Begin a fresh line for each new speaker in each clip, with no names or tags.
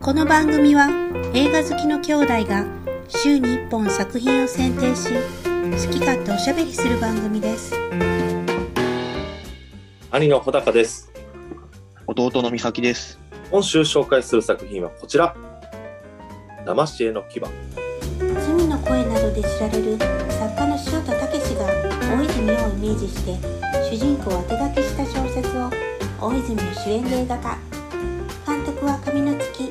この番組は映画好きの兄弟が週に1本作品を選定し好き勝手おしゃべりする番組です
兄の穂高です
弟の美咲です。
今週紹介する作品はこちら騙し絵の牙
罪の声などで知られる作家の塩田武が大泉洋をイメージして主人公を当て書きした小説を大泉の主演で映画化監督は上の月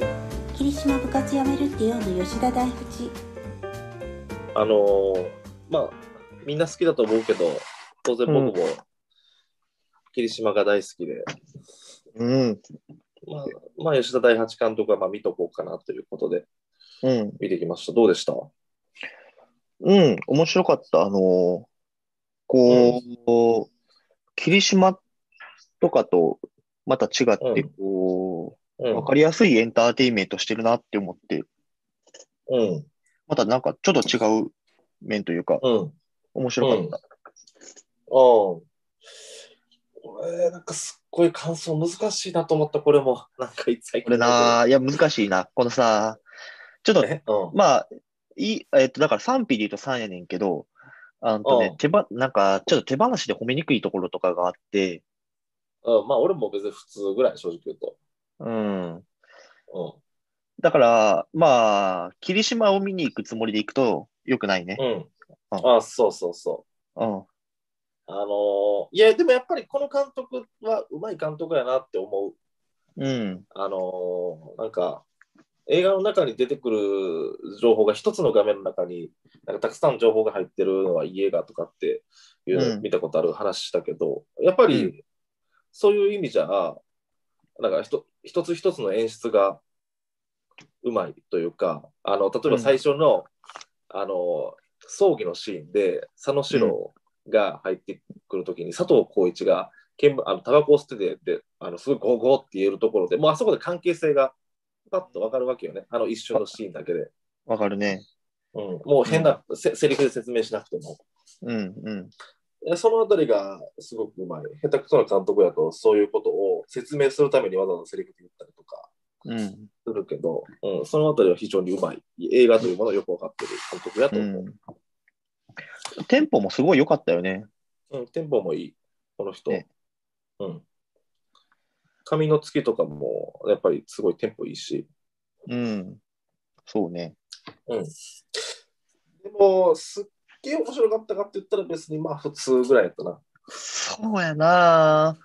霧島部活やめるってようの吉田大吉
あのーまあみんな好きだと思うけど当然僕も霧島が大好きで、
うん、
まあ、まあ吉田大八監督はまあ見とこうかなということで
うん、
見てきましたどうでした
うん、面白かった。あのーこう、霧島とかとまた違って、
うん
こ
う
う、
ん
わかりやすいエンターテインメントしてるなって思って、
うん
またなんかちょっと違う面というか、
うん
面白か
あ
っ
あこれなんかすっごい感想難しいなと思ったこれもなんかいつ
た。これな、いや、難しいな。このさ、ちょっと、
えうん
まあ、いい、えっと、だから賛否で言うと3やねんけど、あのと
う
ね
ん、
手ば、なんか、ちょっと手放しで褒めにくいところとかがあって、
うん、まあ俺も別に普通ぐらい正直言うと
うん。
うん
だから、まあ、霧島を見に行くつもりで行くと良くないね。
うん。
うん
あ、そうそうそ
うん。
う。あのーいや、でもやっぱりこの監督はうまい監督やなって思う。
うん。
あのーなんか、映画の中に出てくる情報が一つの画面の中に、なんかたくさん情報が入ってるのはいい映画とかっていう
う
の
ん
見たことある話だけど、やっぱ
う
りそういう意味じゃ、なんかひと一つ一つの演出がうまいというか、あの例えば最初の、あの葬儀のシーンで佐野史郎が入ってくるときに、佐藤浩市が煙あのタバコを吸っててであのすごいゴーゴーって言えるところでもうあそこで関係性がパッとわかるわけよねあの一瞬のシーンだけで、
わかるね。
うん、もう変な、せセリフで説明しなくても
うん、うん。
えそのあたりがすごくうまい下手くそな監督やとそういうことを説明するためにわざわざセリフで言ったりとか
うん、
するけど、うん、そのあたりは非常にうまい映画というものをよくわかってる監督やと
う
思う、
ん。テンポもすごい良かったよね。
うん、テンポもいい、この人。
ね
うん。髪の付きとかも、やっぱりすごいテンポいいし。
うん。そうね。
うん。でも、すっげえ面白かったかって言ったら別にまあ普通ぐらいやったな。
そうやな。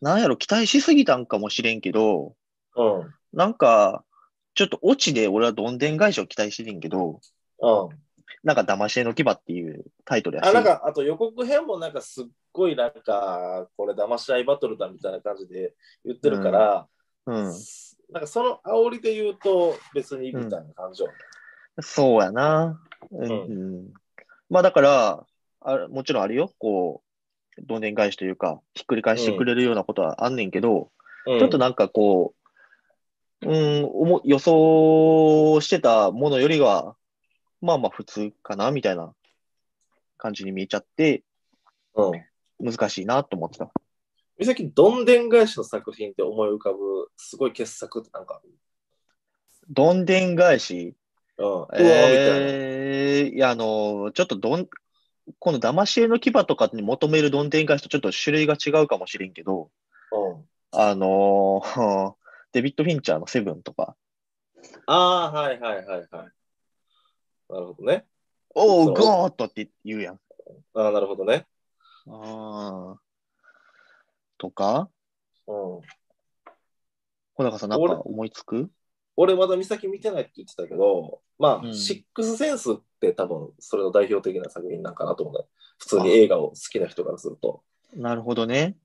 なんやろ、期待しすぎたんかもしれんけど、
うん。う
なんか、ちょっとオチで俺はどんでん返しを期待してるんけど、
ん。
なんか騙し絵の牙っていうタイトルやし。
あ、なんか、あと予告編もなんかすっごいなんか、これ騙し合いバトルだみたいな感じで言ってるから、
うん。
なんかその煽りで言うと別にみたいな感じよね、
そうやな。うん、
う
うん。まあだから、あ、もちろんあれよ、こう、どんでん返しというか、ひっくり返してくれるようなことはあんねんけど、
うん
ちょっとなんかこう、うん、おも予想してたものよりは、まあまあ普通かな、みたいな感じに見えちゃって、
うん。
難しいなと思ってた。
美咲、どんでん返しの作品って思い浮かぶ、すごい傑作ってなんかある、
どんでん返し、
うん、うわーみたいな。
えーいや、あの、ちょっとどん、この騙し絵の牙とかに求めるどんでん返しとちょっと種類が違うかもしれんけど、
うん、
あのー デビッド・フィンチャーのセブンとか。
ああー、はいはいはいはい。なるほどね。
お
そ
お、
う
ゴーッとって言うやん。
ああ、なるほどね。
あーとか、
うん、
小高さんなん
俺
か思いつく
俺まだ美咲見てないって言ってたけど、まあ、
うん
シックスセンスって多分それの代表的な作品なんかなと思うね。普通に映画を好きな人からすると。
なるほどね。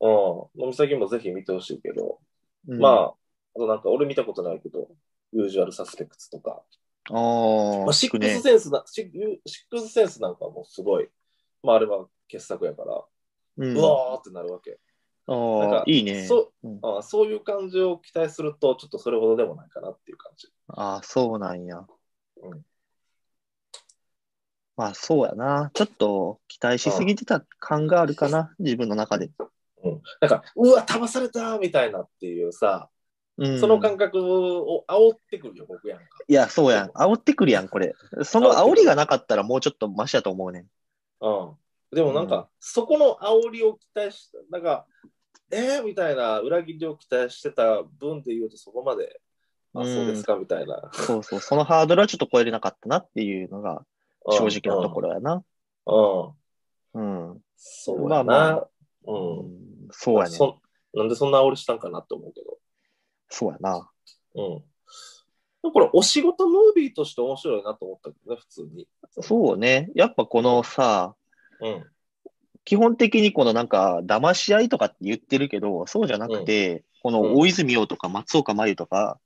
うん。美咲もぜひ見てほしいけど、
うん、
ま
あ
あ、あとなんか俺見たことないけど、ユージュアルサスペクツとか、
ー、あ
まあ、シック
ね
ス。センスな、シックシックスセンスなんかもすごい、まああれは傑作やから、
うん、
うわーってなるわけ。
あ
なん
ー
か
いいね。
そ
うん
あそういう感じを期待すると、ちょっとそれほどでもないかなっていう感じ。
あーそうなんや。
うん
まあ、そうやな。ちょっと期待しすぎてた感があるかな、自分の中で。
うん、なんか、うわ、騙されたみたいなっていうさ、
うん
その感覚を煽ってくるよ、僕やんか。
いや、そうやん。煽ってくるやん、これ。その煽りがなかったらもうちょっとマシやと思うねん。
うん、でもなんか、
うん
そこの煽りを期待して、なんか、えー、みたいな裏切りを期待してた分で言うと、そこまで、あ、そうですかみたいな。
そうそう。そのハードルはちょっと超えれなかったなっていうのが正直なところやな。
ろ。うん。
うん。
そうやな。
まあま
う。
うんんそうやねん。
そなんでそんな煽りしたんかなって思うけ
そうやな。
ど。うん。でもこれ、お仕事ムービーとして面白いなと思ったけどね、普通に。
そうね。やっぱこのさ、
うん。
基本的にこのなんか、騙し合いとかって言ってるけど、そうじゃなくて、この大泉洋とか松岡茉優とか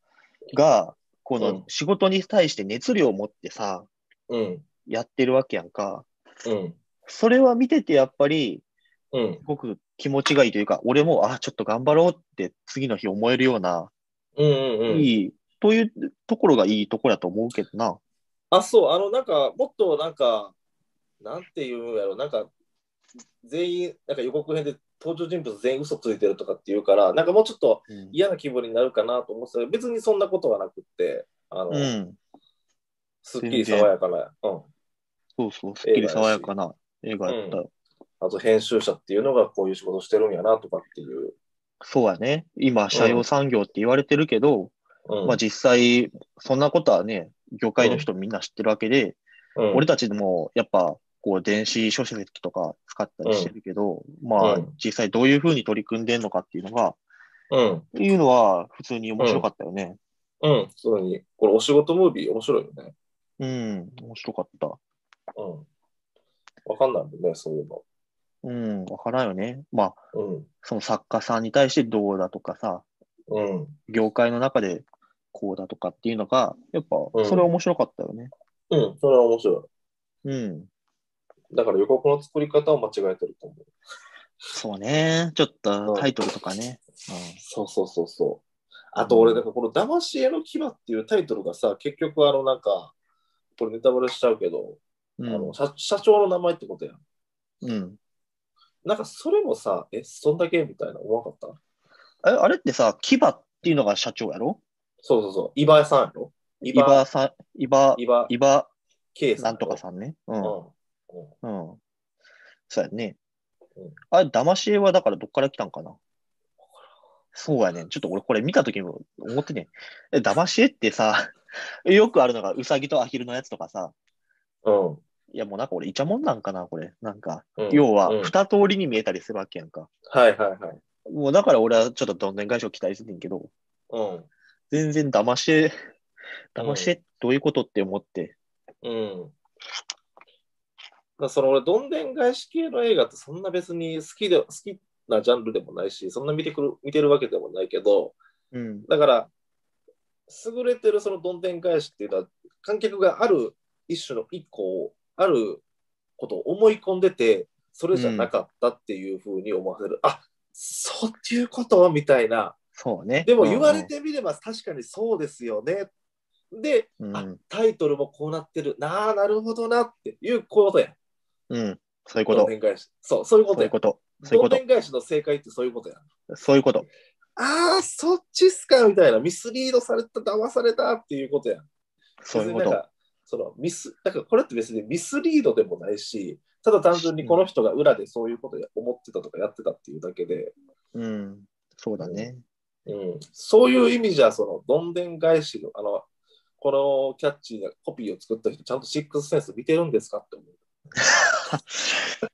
が、こ
うん
の仕事に対して熱量を持ってさ、
うん。
やってるわけやんか。
うん。
それは見ててやっぱり、
うん
す。ごく気持ちがいいというか、俺も、あ、ちょっと頑張ろうって次の日思えるような、
うんうんうん。
いい、というところがいいところだと思うけどな。
あ、そう、あの、なんか、もっと、なんか、なんていうんやろ、なんか、全員、なんか予告編で登場人物全員嘘ついてるとかっていうから、なんかもうちょっと嫌な気分になるかなと思ってたけど、別にそんなことはなくって、あの、
うん。
すっきり爽やかな、うん。
そうそう、すっきり爽やかな映画やった。
あと、編集者っていうのがこういう仕事してるんやなとかっていう。
そうやね。今、社用産業って言われてるけど、
うん
まあ実際、そんなことはね、業界の人みんな知ってるわけで、
うん
俺たちでもやっぱ、こう、電子書籍とか使ったりしてるけど、まあ
うん
実際どういうふうに取り組んでんのかっていうのが、
うん。
いうのは普通に面白かったよね。
うん。それに、これ、お仕事ムービー面白いよね。
うん、面白かった。
うん。わかんないもんね、そういうの。
うん、わからんよね。まあ、
うん。
その作家さんに対してどうだとかさ、
うん。
業界の中でこうだとかっていうのが、やっぱ
うん、
それ面白かったよね。
うん。それは面白
うん。
い。だから予告の作り方を間違えてると思う。
そうね。ちょっ
う
と
ん
タイトルとかね。
そうそうそうそう。あと俺、なんかこの「騙し絵の牙」っていうタイトルがさ、結局あのなんか、これネタバレしちゃうけど、
う
あ
ん
の。社社長の名前ってことやん。
うん。
なんかそれもさ、え、そんだけみたいな思わなかった
あれあれってさ、キバっていうのが社長やろ
そうそうそう、伊庭さんやろ伊
イバさん、イバ、
伊庭
イバ
圭さ
なん
やろ。
んとかさんね。う。
うんん。うん
うん。そうやね
うん。
あれ、騙し絵はだからどっから来たんかなそうやねん。ちょっと俺これ見た時も思ってね。え、騙し絵ってさ、 よくあるのがウサギとアヒルのやつとかさ。
うん。
いやもうなんか俺イチャモンなんかな、これ。なんか、
うん
要は
うん
二通りに見えたりするわけやんか。
はいはいはい。
もうだから俺はちょっとどんでん返しを期待するんねんけど、
うん。
全然騙し絵、
うん
騙し絵どういうことって思って。
うん。だからその俺、どんでん返し系の映画ってそんな別に好きで、好きなジャンルでもないし、そんな見てくる、見てるわけでもないけど、
うん。
だから、優れてるそのどんでん返しっていうのは、観客がある一種の一個を、あることを思い込んでて、それじゃなかったっていうふうに思わせる。あそうっていうことみたいな。
そうね。
でも言われてみれば確かにそうですよね。で、
うん、う
あ
ん。
タイトルもこうなってる。なあ、なるほどなっていうことや。
うん。そういうこ
どん
と
で。ん返し。そう、そういうこ
そう
と
い
や
う。こと。そういう
ど
こ
んで
と。
ん返しの正解ってそういうことや。
そういうこと。
ああ、そっちっすかみたいな。ミスリードされた、騙されたっていうことや。
そういうこ
別になん
と。
かそのミスだからこれって別にミスリードでもないし、ただ単純にこの人が裏でそういうことを思ってたとかやってたっていうだけで、
うん。そうだね。
うん、そういう意味じゃ、そのどんでん返しの、あの、このキャッチーなコピーを作った人、ちゃんとシックスセンス見てるんですかって思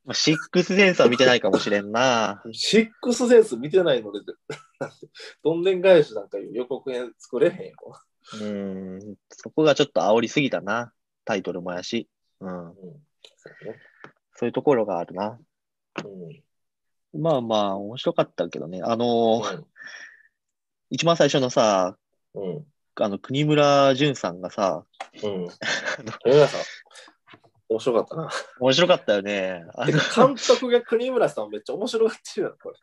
まあシックスセンスは見てないかもしれ んな。
う。シックスセンス見てないので、どんでん返しなんかいう予告編作れへんよ。
うん。そこがちょっと煽りすぎたな。タイトルもやし。うん。
うんそうね
そういうところがあるな。
うん
まあまあ、面白かったけどね。あのー一番最初のさ、
うんうん
あの、国村淳さんがさ、
うん。皆さん、面白かったな。
面白かったよね。あ
て
の
か監督が国村さんめっちゃ面白がってるやん、これ。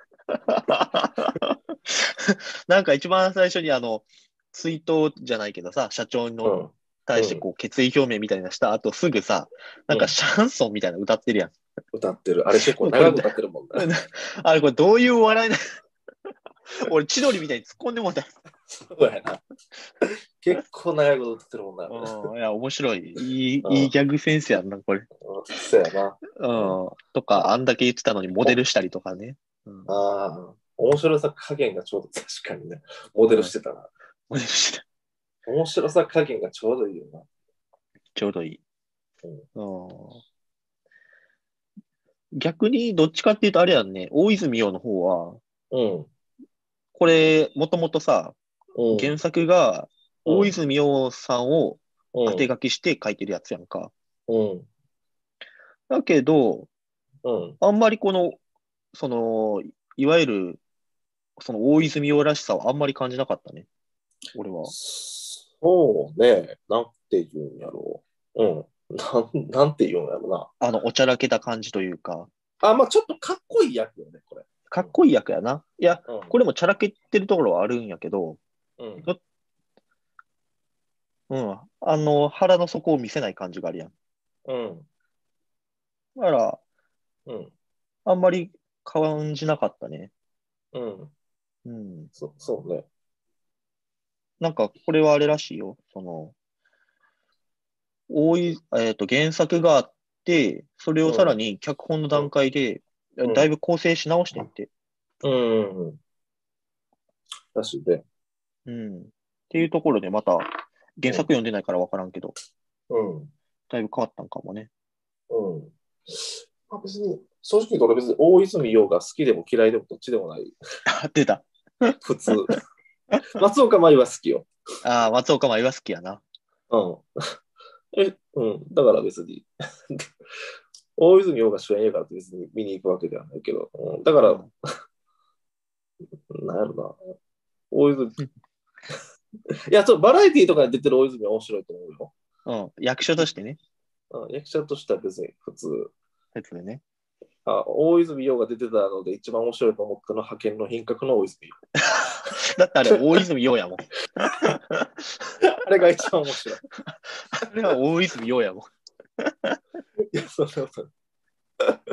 なんか一番最初にあの、追悼じゃないけどさ、社長の
うん。
対してこう決意表明みたいなのした後すぐさ、なんかシャンソンみたいなの歌ってるやん。
歌ってる。あれ結構長く歌ってる もんな。
あれこれどういう笑いな俺、千鳥みたいに突っ込んでもうた。
そうやな。結構長いこと撮ってるもんな。うん
うん、いや、面白い。いい
うん
いいギャグセンスやんな、これ。
そうやな。
うん。とか、あんだけ言ってたのにモデルしたりとかね。うん、モ
ああ、面白さ加減がちょうど確かにね、モデルしてたな。
デルした。
面白さ加減がちょうどいいよな。
ちょうどいい。うん、逆に、どっちかっていうとあれやんね、大泉洋の方は、
うん。
これ、もともとさ、
うん、
原作が大泉洋さんを
うん
当て書きして書いてるやつやんか。
うん。
だけど、
うん。
あんまりこの、その、いわゆる、その大泉洋らしさをあんまり感じなかったね。俺は。
そうね。なんて言うんやろう。うん。なんなんて言うんやろうな。
あの、おちゃらけた感じというか、
あ、まあちょっとかっこいい役よね、これ。
かっこいい役やな。いや、
うん、
これもちゃらけってるところはあるんやけど、
うん、
うん。あの、腹の底を見せない感じがあるやん。
うん、
だから、
うん、
あんまり感じなかったね。
うん、
うん。
そそうね。
なんか、これはあれらしいよ。その、大い、えっと、原作があって、それをさらに脚本の段階で、
うん
だいぶ構成し直していって、
うん、うん。だしで、
うん。っていうところで、また、原作読んでないから分からんけど、
うん、
だいぶ変わったんかもね。
うん。まあ、別に、正直言うと俺別に大泉洋が好きでも嫌いでもどっちでもない。
あ、 出た。
普 通。松岡茉優は好きよ。
ああ、松岡茉優は好きやな。
うん。え、うん。だから別に。大泉洋が主演やからって別に見に行くわけではないけど。うん、だから、なんやろな。大泉。 いや、ちょっとバラエティーとかに出てる大泉は面白いと思うよ。
うん。役所としてね。
うん、役者としては別に普通。
やつでね。
あ大泉洋が出てたので一番面白いと思ったのは派遣の品格の大泉洋。
だってあれ、大泉洋やもん。
あれが一番面白い。
あれは大泉洋やもん。
いや、そんなことな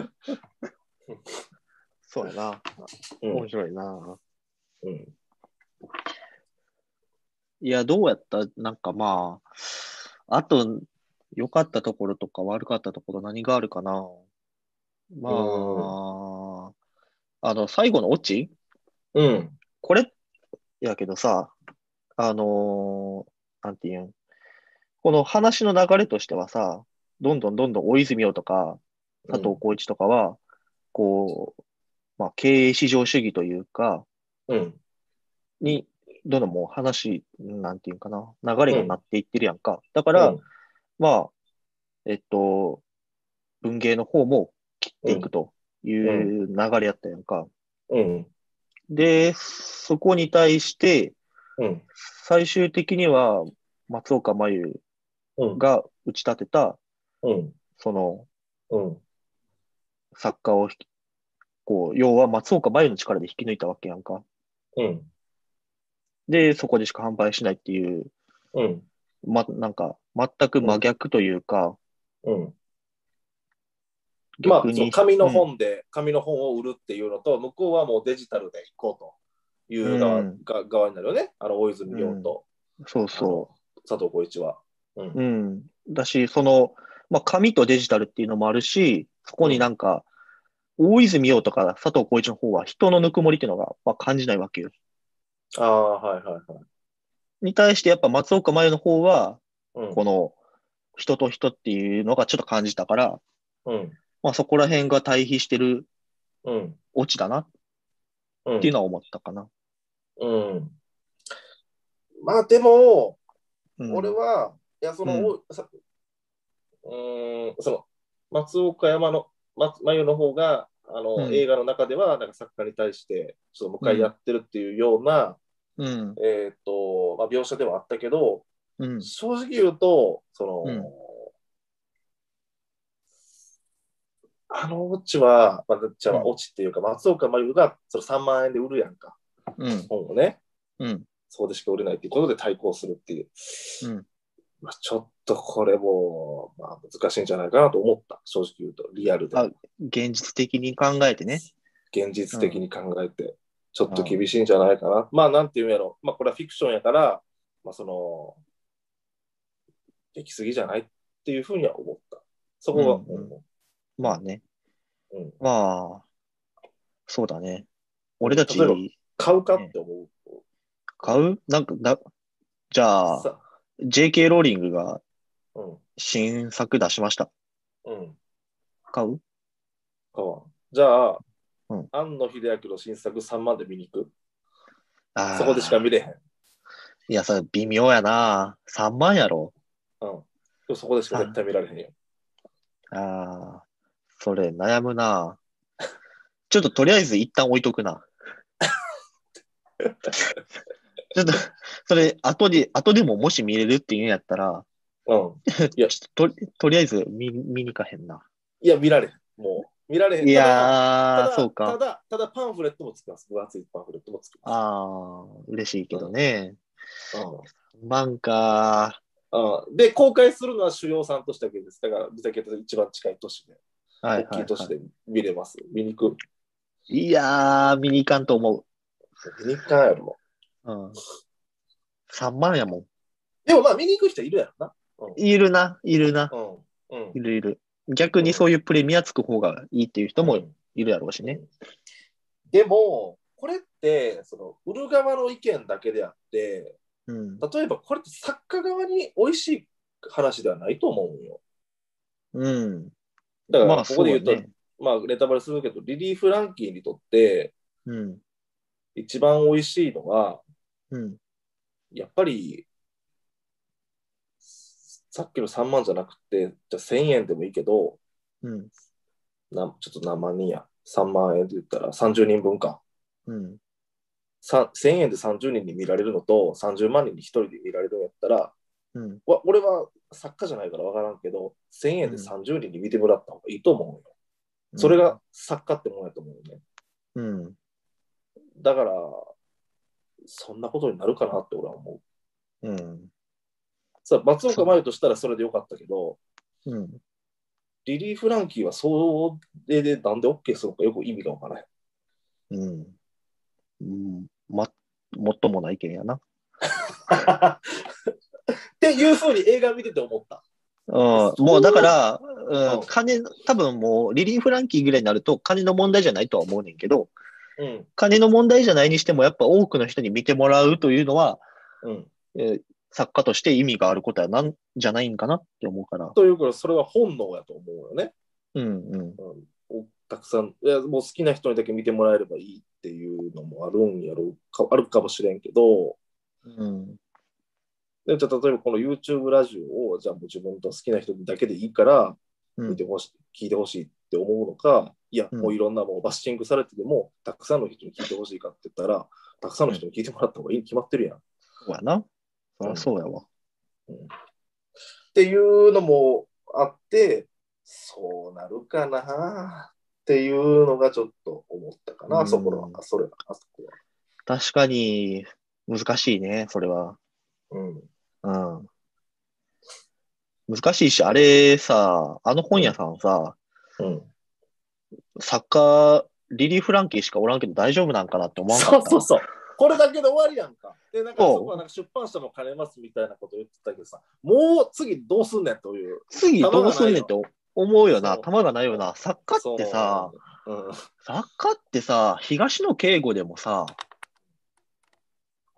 い
そうやな。
うん
面白いな。
うん。
いや、どうやったなんかまあ、あと、良かったところとか悪かったところ何があるかな。まあ、あの、最後のオチ
うん。
これ、やけどさ、あのーなんていうん。この話の流れとしてはさ、どんどんどんどん大泉洋とか、佐藤浩市とかは、こう、まあ、経営至上主義というか、
うん。
に、どんどんもう話、なんていうんかな、流れがなっていってるやんか。だから、
うん
まあ、えっと、文芸の方も切っていくという流れやったやんか。
うん。
で、そこに対して、
うん。
最終的には松岡真優
うん。
が打ち立てた、
うん。
その
うん。
作家をひき、こう、要は松岡真優の力で引き抜いたわけやんか。
うん。
で、そこでしか販売しないっていう、
うん。
ま、なんか、全く真逆というか、
うん。まあ、
逆
その
に、
紙の本で、紙の本を売るっていうのと、向こうはもうデジタルで行こうという側,、
うん
が側になるよね。あの、大泉洋と、
そうそ
佐藤浩市は。うん
う。うん。だし、その、まあ、紙とデジタルっていうのもあるし、そこになんか、大泉洋とか佐藤浩市の方は人のぬくもりっていうのが、まあ、感じないわけよ。
ああ、はいはいはい。
に対して、やっぱ松岡茉優の方は、
うん
この、人と人っていうのがちょっと感じたから、
うん。
まあ、そこら辺が対比してる
うん。
オチだなっ
うん
ていうのは思ったかな。
うん。まあ、でも、
うん
俺は、いや、その、
うん
おさうーん、その、松岡山の、松真由の方が、あの、
うん
映画の中では、なんか作家に対して、ちょっと向かい合ってるっていうような、
うん。
えーっと、まあ、描写ではあったけど、
うん。
正直言うと、その、
うん
あのオチは、まあ、じゃ
う
あ、
ん
オチっていうか、松岡真優がその3万円で売るやんか、
うん。
本をね。
うん。
そこでしか売れないっていうことで対抗するっていう。
うん
まあ、ちょっとこれも、まあ、難しいんじゃないかなと思った。正直言うと、リアルで
あ。現実的に考えてね。
現実的に考えて。ちょっと厳しいんじゃないかな。まあ、なんていうんやろ。まあ、これはフィクションやから、まあ、その、できすぎじゃないっていうふうには思った。そこは思う、
まあね。
うん
まあ、そうだね。俺たち
例えば買うかって思う。
買うなんか、な、じゃあ、
さ
JK ローリングが
うん。
新作出しました。
うん。
買う
買わん。じゃあ、
うん
庵野秀明の新作3万で見に行く。
あー
そこでしか見れへん。
いや、さ、微妙やな。3万やろ。
うん。でもそこでしか絶対見られへんよ。
ああ、それ悩むな。ちょっととりあえず一旦置いと くな。ちょっと、それ、後で、後でももし見れるっていうんやったら、
うん。
ちょっととり、とりあえず見、見に行かへんな。
いや、見られへん。もう、見られへん。
い
た
や
だ
ー、そうか。
ただ、ただパンフレットも作ります。分厚いパンフレットも作りま
ああ、嬉しいけどね。
す。うん
万か。
うんで、公開するのは主要産都市だけです。だから、三崎と一番近い都市で、
はい
大
は
き
い
い都市
は
で見れます。見に行く。
い。いやー、見に行かんと思
見に行かんやろ。
う。うん。3万やもん。
でもまあ、見に行く人いるやろな。
いるな、いるな、
うん。うん
い。るいる。逆にそういうプレミアつく方がいいっていう人もいるやろうしね。
でも、これって、その、売る側の意見だけであって、
うん。
例えばこれって作家側に美味しい話ではないと思うんよ。
うん。
だから、
まあ、
ここ
そう
で
だ
言うと、
ね。
まあ、ネタバレするけど、リリー・フランキーにとって、
うん。
一番美味しいのは、
うん。
やっぱり、さっきの3万じゃなくて、じゃあ1000円でもいいけど、
うん。
なちょっと何万人や、3万円で言ったら30人分か。
うん。
さ1000円で30人に見られるのと、30万人に1人で見られるんやったら、
うん。
わ俺は作家じゃないから分からんけど、1000円で30人に見てもらった方がいいと思うよ。それが作家ってもんやと思うよね。
うん。
だから、そんなことになるかなって俺は思う。
うん。
さあ、松岡真優としたらそれでよかったけど、
うん。
リリー・フランキーはそれでなんで OK するのかよく意味がわ からない。
うん。うん。ま、もっともな意見やな。
っていうふうに映画見てて思った。
うん
そ、う
もうだから、
う
うんん、金、多分もう、リリー・フランキーぐらいになると、金の問題じゃないとは思うねんけど、
うん。
金の問題じゃないにしても、やっぱ多くの人に見てもらうというのは、
うん、
えー作家として意味があることやなんじゃないんかなって思うから。
というから、それは本能やと思うよね。
うんうん。
うん、おたくさんいや、もう好きな人にだけ見てもらえればいいっていうのもあるんやろうか、あるかもしれんけど、
うん。
でじゃあ例えばこの YouTube ラジオを、じゃあもう自分と好きな人だけでいいから、
う
見
ん
てほしい、聞いてほしいって思うのか、いや、
うん
もういろんなもうバッシングされてても、たくさんの人に聞いてほしいかって言ったら、たくさんの人に聞いてもらった方がいいに決まってるやん。っ
そうやな。そりゃそうやわ。
ていうのもあって、そうなるかなっていうのがちょっと思ったかな、
うん
そこの、あそれ、あそこ
確かに、難しいね、それは。
は。うん。
うん。難しいし、あれさ、あの本屋さんさ、
うん、
作家、リリー・フランキーしかおらんけど大丈夫なんかなって思わんか
そ
っ
う
た。
そうそう。これだけで終わりやんか。で、なんか
そう
そこはなんか出版社も兼ねますみたいなこと言ってたけどさ、もう次どうすんねんという。
次どうすんねんって思うよな。
そう
玉がないよな。作家ってさ、
そう、うん、
作家ってさ、東野敬吾でもさ、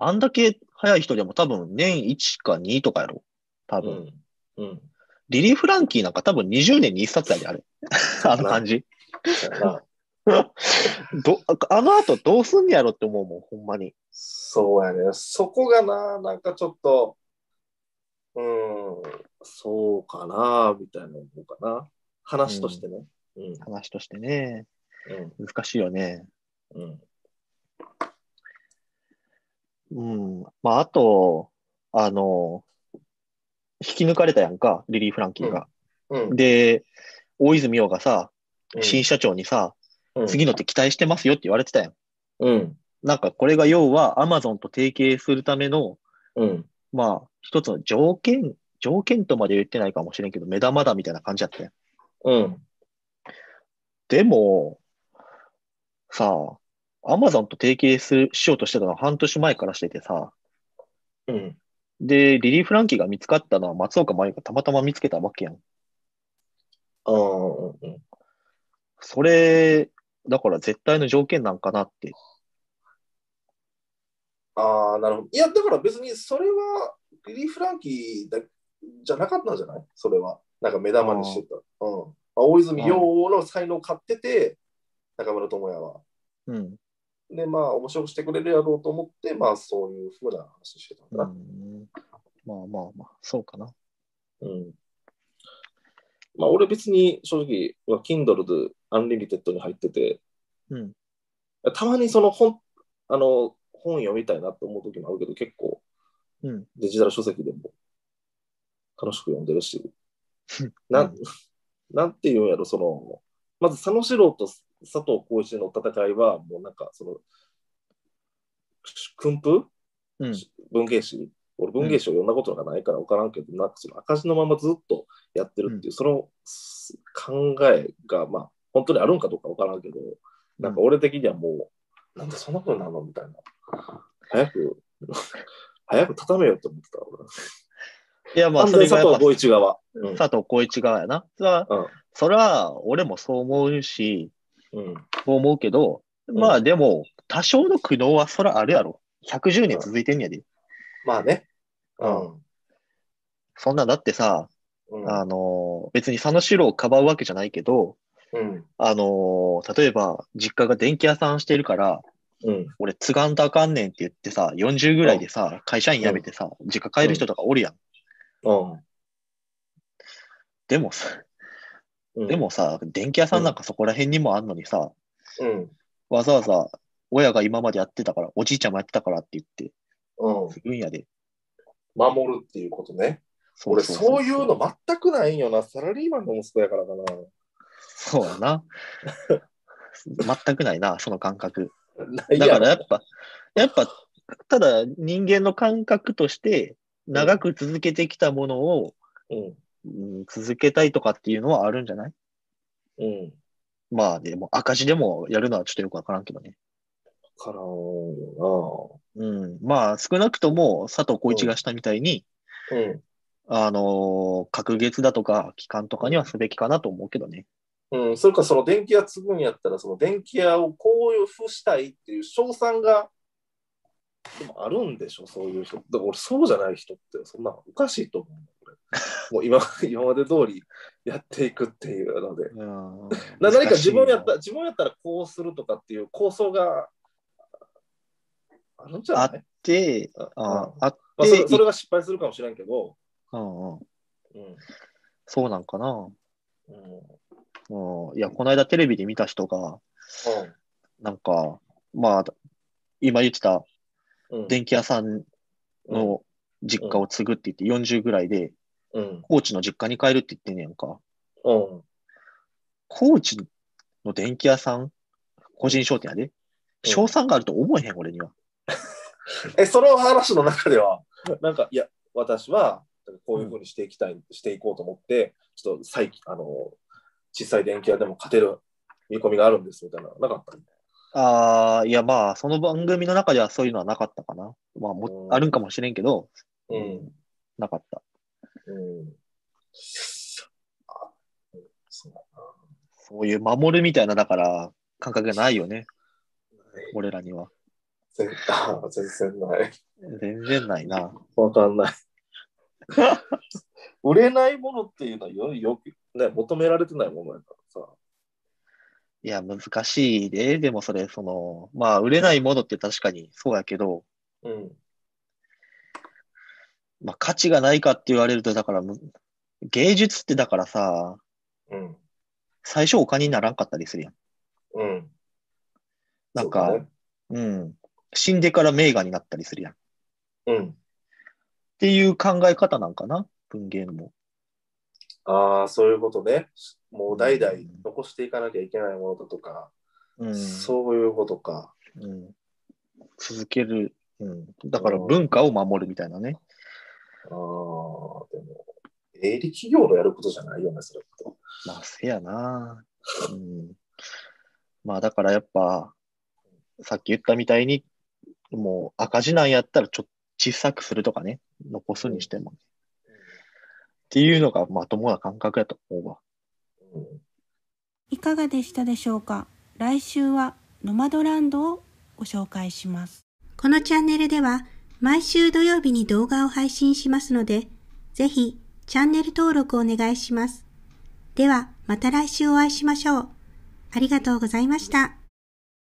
あんだけ早い人でも多分年1か2とかやろ。多分。
うん。うん。
リリー・フランキーなんか多分20年に1冊やで、あれ。あの感じ。
そうやな。
ど、あの後どうすんねやろって思うもん、ほんまに。
そうやね。そこがな、なんかちょっと、うん、そうかな、みたいなのかな。話としてね。うん。
話としてね。
うん。
難しいよね。
うん。
うん。まあ、あと、あの、引き抜かれたやんか、リリー・フランキーが。
うん。
で、大泉洋がさ、
うん
新社長にさ、
うん
次のって期待してますよって言われてたやん。
うん。
なんかこれが要はアマゾンと提携するための、
うん。
まあ、一つの条件、条件とまで言ってないかもしれんけど、目玉だみたいな感じだったやん。
うん。
でも、さあ、アマゾンと提携するしようとしてたのは半年前からしててさ、
うん。
で、リリー・フランキーが見つかったのは松岡真優がたまたま見つけたわけやん。
あーうんうん
それ、だから絶対の条件なんかなって。
あー、なるほど。いや、だから別にそれは、リリー・フランキーだじゃなかったんじゃないそれは。なんか目玉にしてた。うん。まあ大泉洋の才能を買ってて、中村智也は。
うん。
で、まあ、面白くしてくれるやろうと思って、まあ、そういうふうな話してたん
う
だな。
ん、まあまあまあ、そうかな。
うん。まあ、俺別に正直、まあ Kindle で Unlimited に入ってて、
うん。
たまにその本、あの、本読みたいなと思う時もあるけど、結構
うん。
デジタル書籍でも楽しく読んでる し、な、
うん
なんていうんやろ、その、まず佐野史郎と佐藤浩市の戦いは、もうなんか、その、訓風
うん。
文芸誌、俺文芸誌を読んだことがないから分からんけど、なんかその赤字のままずっとやってるっていう、そのす考えが、まあ、本当にあるんかどうか分からんけど、なんか俺的にはもう、なんでそんなことなのみたいな。早く、 早く畳めよって思ってた、俺。
いや、まあ、
完
そ
全
れ
に
が
佐藤
やっぱ
浩市側。うん
佐藤浩一側やな。それは、それは俺もそう思うし、
うん。うん。
そう思うけど、まあでも、多少の苦悩はそらあるやろ。110年続いてんやで。
まあね。う
うん
ん。
そんなんだってさ、
うん。
あのー、別に佐野史郎をかばうわけじゃないけど、
うん。
あのー、例えば、実家が電気屋さんしてるから、
うん。
俺継がんとあかんねんって言ってさ、40ぐらいでさ、会社員辞めてさ、実家帰る人とかおるやん。
うん
でもさ、
うん。
で、もさ、電気屋さんなんかそこら辺にもあんのにさ、
うん。
わざわざ、親が今までやってたから、おじいちゃんもやってたからって言って、
うん。
分野で。
守るっていうことね。
そ
俺、そういうの全くないんよな。サラリーマンの息子やからかな。
そうやな。 全くないな、その感覚。
ない
だ
や
か
ろ
らやっぱ、やっぱ、ただ人間の感覚として、長く続けてきたものを、
うん。
うん、続けたいとかっていうのはあるんじゃない
うん。
まあでも赤字でもやるのはちょっとよくわからんけどね。
からんよ
うん。まあ少なくとも佐藤浩市がしたみたいに、
な。うん。
あのー隔月だとか期間とかにはすべきかなと思うけどね。
うん、それかその電気屋継ぐんやったら、その電気屋をこういうふうしたいっていう賞賛が、でもあるんでしょ、そういう人。でも俺、そうじゃない人って、そんなおかしいと思うんだ、 これ。もう今今まで通りやっていくっていうので。
うん。
な何か自分やった
難し
自分やったらこうするとかっていう構想があるんじゃない
いな。で、
あ
あ
うん
あっ
まあ、
て
それそれが失敗するかもしれんけど、
うんう
う
ん、
ん
そうなんかな。
うん
うん、いや、この間テレビで見た人が、なんか、まあ、今言ってた
うん、
電気屋さん
うん
の実家を継ぐって言って40ぐらいで、
うん
高知の実家に帰るって言ってんねやんか。
うん
高知の電気屋さん、個人商店やで。賞賛があると思えへん、俺には。
えその話の中ではなんかいや私はこういうふうにしていきたい、していこうと思ってちょっと最近あの小さい電気屋でも勝てる見込みがあるんですみたいなのなかった
ああ、いや、まあ、その番組の中ではそういうのはなかったかな。まあ、も
うん
あるんかもしれんけど、
うん
なかった。
うんあそう
そういう守るみたいな、だから、感覚がないよね、俺らには。
全あ全然ない
全然ないな。
わかんない 売れないものっていうのはよよく、ね、求められてないものやからさ
いや、難しいで、でもそれ、その、まあ、売れないものって確かにそうやけど、
うん
まあ、価値がないかって言われると、だからむ、芸術ってだからさ、
うん
最初お金にならんかったりするやん。
うん
なん
そうだ
か、
ね
うん。死んでから名画になったりするやん。っ
うん
ていう考え方なんかな、文芸のも。
ああ、そういうことね。もう代々残していかなきゃいけないものだとか、
うん。
そういうことか。
うん。続ける。うん。だから
うん
文化を守るみたいなね。
ああ、でも、営利企業のやることじゃないよね、それって。
まあ、せやな。うん。まあ、だからやっぱ、さっき言ったみたいに、もう赤字なんやったらちょっと小さくするとかね、残すにしても。っていうのがまともな感覚やと思うわ。
うん
いかがでしたでしょうか来週はノマドランドをご紹介します。このチャンネルでは毎週土曜日に動画を配信しますので、ぜひチャンネル登録お願いします。ではまた来週お会いしましょう。ありがとうございました。